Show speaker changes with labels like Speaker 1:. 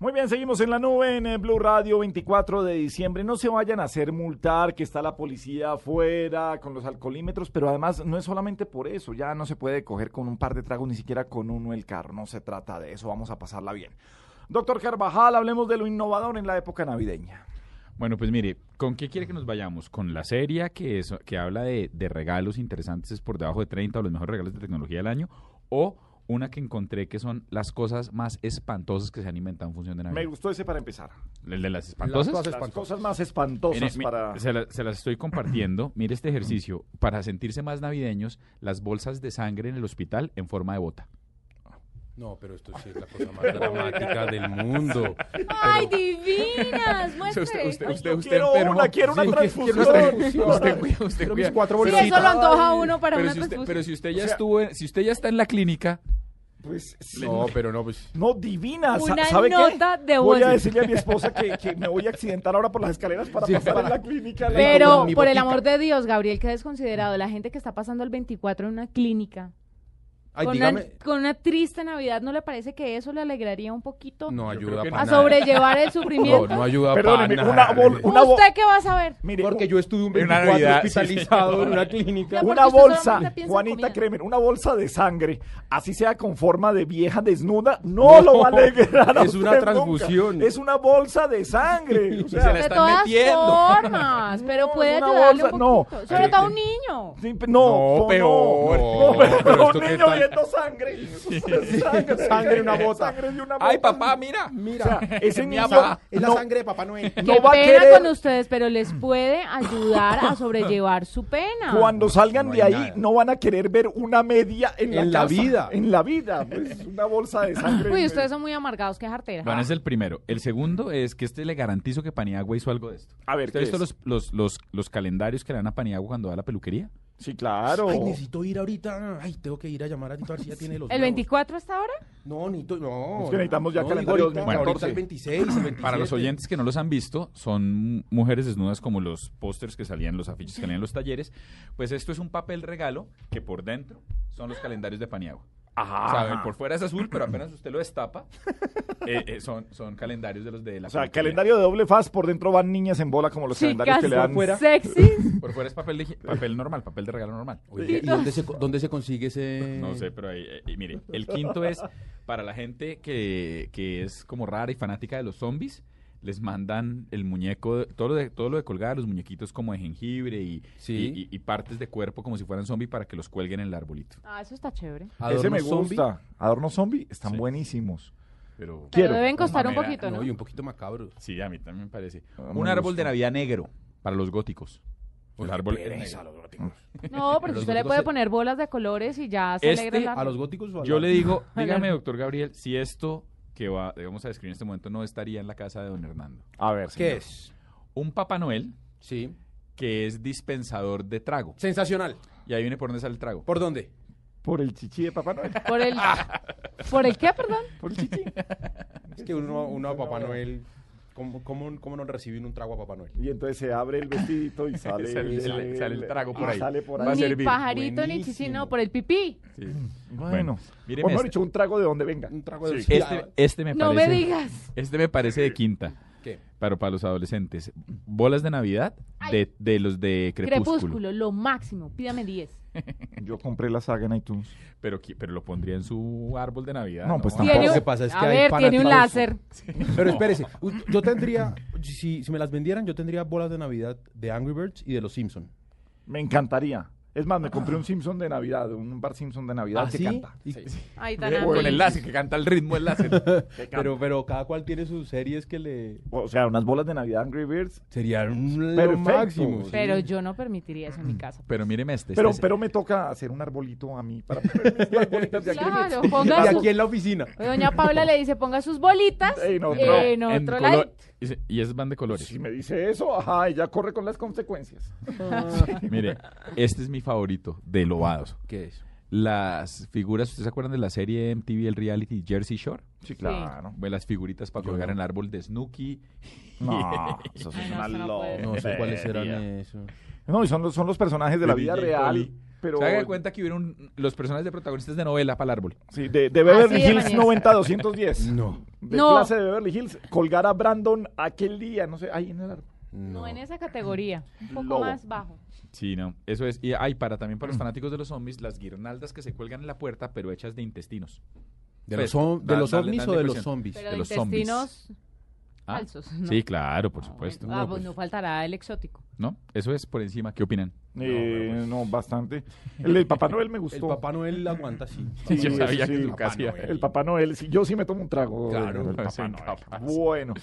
Speaker 1: Muy bien, seguimos en la nube en eh, Blue Radio 24 de diciembre. No se vayan a hacer multar, que está la policía afuera con los alcoholímetros, pero además no es solamente por eso. Ya no se puede coger con un par de tragos, ni siquiera con uno el carro. No se trata de eso. Vamos a pasarla bien. Doctor Carvajal, hablemos de lo innovador en la época navideña.
Speaker 2: Bueno, pues mire, ¿con qué quiere que nos vayamos? Con la serie que, es, que habla de, de regalos interesantes por debajo de 30 o los mejores regalos de tecnología del año, o una que encontré que son las cosas más espantosas que se han inventado en función de
Speaker 1: Me
Speaker 2: Navidad.
Speaker 1: gustó ese para empezar.
Speaker 2: ¿El de las espantosas?
Speaker 1: Las cosas más espantosas
Speaker 2: En- mi-
Speaker 1: para...
Speaker 2: se, la- se las estoy compartiendo. Mire este ejercicio. Para sentirse más navideños, las bolsas de sangre en el hospital en forma de bota.
Speaker 3: No, pero Ah, esto sí es la cosa más dramática del mundo.
Speaker 4: ¡Ay, divinas! Muestre.
Speaker 3: usted, usted, usted,
Speaker 1: yo
Speaker 3: usted
Speaker 1: quiero
Speaker 3: enfermo.
Speaker 1: una, quiero una
Speaker 3: Sí,
Speaker 1: transfusión.
Speaker 3: Usted, usted, cuida- usted
Speaker 1: Quiero mis
Speaker 3: cuida.
Speaker 1: cuatro
Speaker 3: Pero
Speaker 1: bolsitas.
Speaker 3: si-
Speaker 5: Eso lo antoja uno para
Speaker 3: pero
Speaker 5: una
Speaker 3: si usted,
Speaker 5: transfusión.
Speaker 3: pero si usted ya
Speaker 1: sea-
Speaker 3: estuvo, en- si usted ya está en la clínica.
Speaker 1: Pues, sí.
Speaker 3: No, pero no, pues.
Speaker 1: No, divina. Sa-
Speaker 5: Una
Speaker 1: ¿Sabe
Speaker 5: nota
Speaker 1: qué?
Speaker 5: de
Speaker 1: Voy a
Speaker 5: voz.
Speaker 1: decirle a mi esposa que, que me voy a accidentar ahora por las escaleras para
Speaker 3: Sí,
Speaker 1: pasar
Speaker 3: para-
Speaker 1: a la clínica. la-
Speaker 5: Pero,
Speaker 3: con mi
Speaker 5: por el
Speaker 3: boquita.
Speaker 5: amor de Dios, Gabriel, que desconsiderado. La gente que está pasando el 24 en una clínica.
Speaker 3: Ay,
Speaker 5: con, una,
Speaker 3: dígame.
Speaker 5: con una triste Navidad, ¿no le parece que eso le alegraría un poquito
Speaker 3: No Ah,
Speaker 2: Yo
Speaker 3: ayuda
Speaker 2: creo que
Speaker 3: para
Speaker 5: a
Speaker 3: nada.
Speaker 5: sobrellevar el
Speaker 3: No,
Speaker 5: sufrimiento?
Speaker 3: no ayuda para
Speaker 1: Perdóneme, una
Speaker 3: nada.
Speaker 1: bol- una bo-
Speaker 5: ¿Usted qué va a saber?
Speaker 1: Mire,
Speaker 3: Porque
Speaker 1: un-
Speaker 3: yo estuve un
Speaker 2: En una
Speaker 3: 24
Speaker 2: Navidad, sí,
Speaker 3: hospitalizado en una clínica.
Speaker 5: porque
Speaker 1: una
Speaker 5: usted
Speaker 1: bolsa,
Speaker 5: solamente piensa en
Speaker 1: Juanita
Speaker 5: comida.
Speaker 1: Kremer, una bolsa de sangre, así sea con forma de vieja desnuda, no, lo va a alegrar. a
Speaker 3: es una
Speaker 1: usted
Speaker 3: transfusión.
Speaker 1: nunca. Es una bolsa de sangre. o sea,
Speaker 3: se la
Speaker 5: De
Speaker 3: están
Speaker 5: todas
Speaker 3: metiendo.
Speaker 5: formas, pero
Speaker 1: No,
Speaker 5: puede
Speaker 1: una
Speaker 5: ayudarle
Speaker 1: bolsa,
Speaker 5: un
Speaker 1: no.
Speaker 5: poquito. Sobre todo a un niño.
Speaker 1: sí, pe- no,
Speaker 3: No,
Speaker 1: no,
Speaker 3: peor.
Speaker 1: No,
Speaker 3: No,
Speaker 1: pero,
Speaker 3: pero
Speaker 1: un
Speaker 3: esto qué
Speaker 1: niño
Speaker 3: tal.
Speaker 1: viendo sangre. sangre.
Speaker 3: Sangre en una bota.
Speaker 1: Sangre de una
Speaker 3: Ay,
Speaker 1: bota.
Speaker 3: papá, mira, mira.
Speaker 1: O sea, ese niño
Speaker 3: Ah,
Speaker 1: no-
Speaker 3: de Papá Noel.
Speaker 1: no
Speaker 5: qué
Speaker 1: va a
Speaker 5: pena
Speaker 1: querer-
Speaker 5: con ustedes, pero les puede ayudar a sobrellevar su pena.
Speaker 1: Cuando salgan
Speaker 3: no
Speaker 1: de ahí,
Speaker 3: hay nada.
Speaker 1: no van a querer ver una media en la,
Speaker 3: En la
Speaker 1: casa.
Speaker 3: vida.
Speaker 1: En la vida. Pues, una bolsa de sangre.
Speaker 5: Uy, ustedes son muy amargados, qué jartera.
Speaker 2: Bueno, es el primero. El segundo es que este le garantizo que Paniagua hizo algo de esto.
Speaker 1: A ver,
Speaker 2: ¿Usted
Speaker 1: ¿qué
Speaker 2: ha visto
Speaker 1: es?
Speaker 2: los, los, los, los calendarios que le dan a Paniagua cuando va a la peluquería?
Speaker 1: Sí, claro.
Speaker 3: Ay, necesito ir ahorita. Ay, tengo que ir a llamar a Tito a ver si ya tiene los.
Speaker 5: ¿El
Speaker 3: nuevos.
Speaker 5: 24 hasta ahora?
Speaker 3: No, Nito, no.
Speaker 1: Es que necesitamos ya
Speaker 3: no,
Speaker 1: calendario
Speaker 3: digo ahorita,
Speaker 1: 2014.
Speaker 3: ahorita el 26, el 27.
Speaker 2: Para los oyentes que no los han visto, son mujeres desnudas como los pósters que salían, los afiches que salían en los talleres. Pues esto es un papel regalo que por dentro son los calendarios de Paniagua.
Speaker 1: Ajá.
Speaker 2: O sea, por fuera es azul, pero apenas usted lo destapa, eh, eh, son, son calendarios de los de la
Speaker 1: O sea,
Speaker 2: peluquería.
Speaker 1: calendario de doble faz, por dentro van niñas en bola como los calendarios que le dan.
Speaker 5: sexy.
Speaker 2: Por fuera es papel, de, papel normal, papel de regalo normal.
Speaker 3: Oye, Eh, ¿y dónde se, co- dónde se consigue ese.?
Speaker 2: No sé, pero ahí, eh, y mire, el quinto es para la gente que, que es como rara y fanática de los zombies, les mandan el muñeco, de- todo lo de, todo lo de colgar, los muñequitos como de jengibre y,
Speaker 3: Sí.
Speaker 2: y- y- y partes de cuerpo como si fueran zombies para que los cuelguen en el arbolito.
Speaker 5: Ah, eso está chévere.
Speaker 1: Ese
Speaker 3: Adorno
Speaker 1: me
Speaker 3: zombie.
Speaker 1: gusta. Adorno zombie, están
Speaker 2: Sí.
Speaker 1: buenísimos.
Speaker 2: Pero
Speaker 1: Quiero.
Speaker 5: Pero deben costar un
Speaker 2: Mamera,
Speaker 5: poquito, ¿no?
Speaker 3: No, y un poquito macabro.
Speaker 2: sí, a mí también me parece.
Speaker 1: Ah, no
Speaker 2: Un
Speaker 1: me
Speaker 2: árbol
Speaker 1: gusta.
Speaker 2: de Navidad negro para los góticos. El árbol es negro.
Speaker 5: No, pero
Speaker 3: Los
Speaker 5: si usted le
Speaker 3: gordos
Speaker 5: puede
Speaker 3: se-
Speaker 5: poner bolas de colores y ya se
Speaker 2: Este,
Speaker 5: alegra el
Speaker 3: A
Speaker 5: árbol.
Speaker 3: los góticos. o a
Speaker 2: Yo
Speaker 3: la-
Speaker 2: le digo, dígame, doctor Gabriel, si esto que va, vamos a describir en este momento no estaría en la casa de don Hernando.
Speaker 1: A ver,
Speaker 3: ¿Qué
Speaker 1: señor.
Speaker 3: es?
Speaker 2: Un Papá Noel
Speaker 3: Sí.
Speaker 2: que es dispensador de trago.
Speaker 3: Sensacional.
Speaker 2: Y ahí viene por dónde sale el trago.
Speaker 3: ¿Por dónde?
Speaker 1: Por el chichi de Papá Noel.
Speaker 5: Por el... ¿Por el qué, perdón?
Speaker 1: Por el chichi.
Speaker 3: Es que uno, uno a Papá Noel. ¿Cómo, cómo, cómo no reciben un trago a Papá Noel?
Speaker 1: Y entonces se abre el vestidito y sale,
Speaker 2: Sale- sale- sale el trago por
Speaker 1: ah,
Speaker 2: ahí.
Speaker 1: Sale por
Speaker 2: Va a
Speaker 1: ahí.
Speaker 5: ni
Speaker 2: servir.
Speaker 5: pajarito, ni chichi, no,
Speaker 3: Buenísimo.
Speaker 5: por el pipí.
Speaker 2: Sí.
Speaker 1: Mm, Bueno,
Speaker 2: míreme
Speaker 1: o mejor
Speaker 2: este.
Speaker 1: dicho, un trago de donde venga.
Speaker 3: Un trago de
Speaker 1: Sí.
Speaker 2: Este, este me
Speaker 5: No
Speaker 2: parece.
Speaker 5: me digas.
Speaker 2: Este me parece de quinta.
Speaker 3: ¿Qué?
Speaker 2: Pero para los adolescentes. Bolas de Navidad de, de los de
Speaker 5: Crepúsculo.
Speaker 2: Crepúsculo.
Speaker 5: lo máximo. Pídame 10.
Speaker 1: Yo compré la saga en iTunes.
Speaker 2: Pero, qui- pero lo pondría en su árbol de Navidad.
Speaker 1: No, pues
Speaker 3: Lo
Speaker 5: Tiene
Speaker 1: tampoco.
Speaker 5: un-
Speaker 3: que pasa es que
Speaker 5: a
Speaker 3: hay
Speaker 5: ver,
Speaker 3: panas
Speaker 5: tiene un
Speaker 3: bravos.
Speaker 5: láser.
Speaker 3: Pero espérese, u- yo tendría, si, si me las vendieran, yo tendría bolas de Navidad de Angry Birds y de los Simpson.
Speaker 1: Me encantaría. Es más, me compré un Simpson de Navidad, un Bar Simpson de Navidad que
Speaker 3: ¿Ah, ¿sí?
Speaker 1: canta.
Speaker 3: Y-
Speaker 5: Ay, tan
Speaker 3: Con
Speaker 5: amable.
Speaker 3: el láser, que canta el ritmo del láser.
Speaker 1: Que canta.
Speaker 3: pero, pero cada cual tiene sus series que le...
Speaker 1: O sea, unas bolas de Navidad Angry
Speaker 3: Este
Speaker 1: Birds.
Speaker 3: Serían
Speaker 1: Perfecto.
Speaker 3: lo máximo. sí.
Speaker 5: Pero yo no permitiría eso en mi casa.
Speaker 2: Pero míreme este.
Speaker 1: Pero,
Speaker 2: este es-
Speaker 1: pero me toca hacer un arbolito a mí para poner las bolitas de Angry Birds.
Speaker 5: Claro,
Speaker 3: Y
Speaker 5: ponga
Speaker 3: aquí
Speaker 5: sus...
Speaker 3: en la oficina.
Speaker 5: Doña Paula le dice, ponga sus bolitas
Speaker 1: En otro.
Speaker 5: Eh, en
Speaker 2: en
Speaker 5: otro
Speaker 2: colo-
Speaker 5: lado.
Speaker 2: y se- Y es van de colores.
Speaker 1: Pues, Si me dice eso, ajá, ella corre con las consecuencias.
Speaker 2: Mire, este es mi favorito de Lobados.
Speaker 3: ¿Qué es?
Speaker 2: Las figuras, ¿ustedes se acuerdan de la serie MTV, el reality Jersey Shore?
Speaker 1: Sí, claro.
Speaker 2: Bueno, Las figuritas para
Speaker 3: Yo
Speaker 2: colgar
Speaker 3: no.
Speaker 2: en el árbol de Snooki.
Speaker 1: No, eso es
Speaker 5: no,
Speaker 1: una
Speaker 5: eso no puede
Speaker 1: loca.
Speaker 5: ser.
Speaker 3: No sé cuáles eran eso.
Speaker 1: No, y son los, son los personajes de la
Speaker 2: De
Speaker 1: vida
Speaker 2: DJ
Speaker 1: real.
Speaker 2: Poli.
Speaker 1: Pero
Speaker 2: Se haga cuenta que hubieron los personajes de protagonistas de novela para el árbol.
Speaker 1: Sí, de, de Beverly
Speaker 5: Así de
Speaker 1: Hills
Speaker 5: mañana.
Speaker 1: 90-210.
Speaker 3: No.
Speaker 1: De
Speaker 5: No.
Speaker 1: clase de Beverly Hills, colgar a Brandon aquel día, no sé, ahí en el árbol.
Speaker 5: No en esa categoría, un poco
Speaker 1: Lobo.
Speaker 5: más bajo.
Speaker 2: Sí, no. Eso es. Y hay para también para los fanáticos de los zombies, las guirnaldas que se cuelgan en la puerta, pero hechas de intestinos.
Speaker 3: ¿De
Speaker 2: Pues,
Speaker 3: los, zom- de
Speaker 2: da-
Speaker 3: los
Speaker 2: dale-
Speaker 3: ovnis
Speaker 2: dale
Speaker 3: o de los
Speaker 2: cuestión.
Speaker 3: zombies?
Speaker 5: Pero
Speaker 2: de los zombies.
Speaker 5: intestinos
Speaker 2: Ah,
Speaker 5: falsos. ¿no?
Speaker 2: Sí, claro, por
Speaker 5: Ah,
Speaker 2: supuesto.
Speaker 5: bueno. Ah,
Speaker 2: No,
Speaker 5: pues
Speaker 2: pues,
Speaker 5: no faltará el exótico.
Speaker 2: ¿no? eso es por encima. ¿Qué opinan?
Speaker 1: Eh, no, bastante. El, del Papá Noel me gustó.
Speaker 3: El Papá Noel aguanta sí.
Speaker 1: Sí, yo sabía que
Speaker 3: el
Speaker 1: Lucas
Speaker 3: Papá
Speaker 2: iba-
Speaker 3: Noel.
Speaker 1: El Papá Noel, sí, yo sí me tomo un trago. de-
Speaker 3: Claro,
Speaker 1: del Papá
Speaker 2: es
Speaker 1: Noel.
Speaker 2: incapaz.
Speaker 1: Bueno.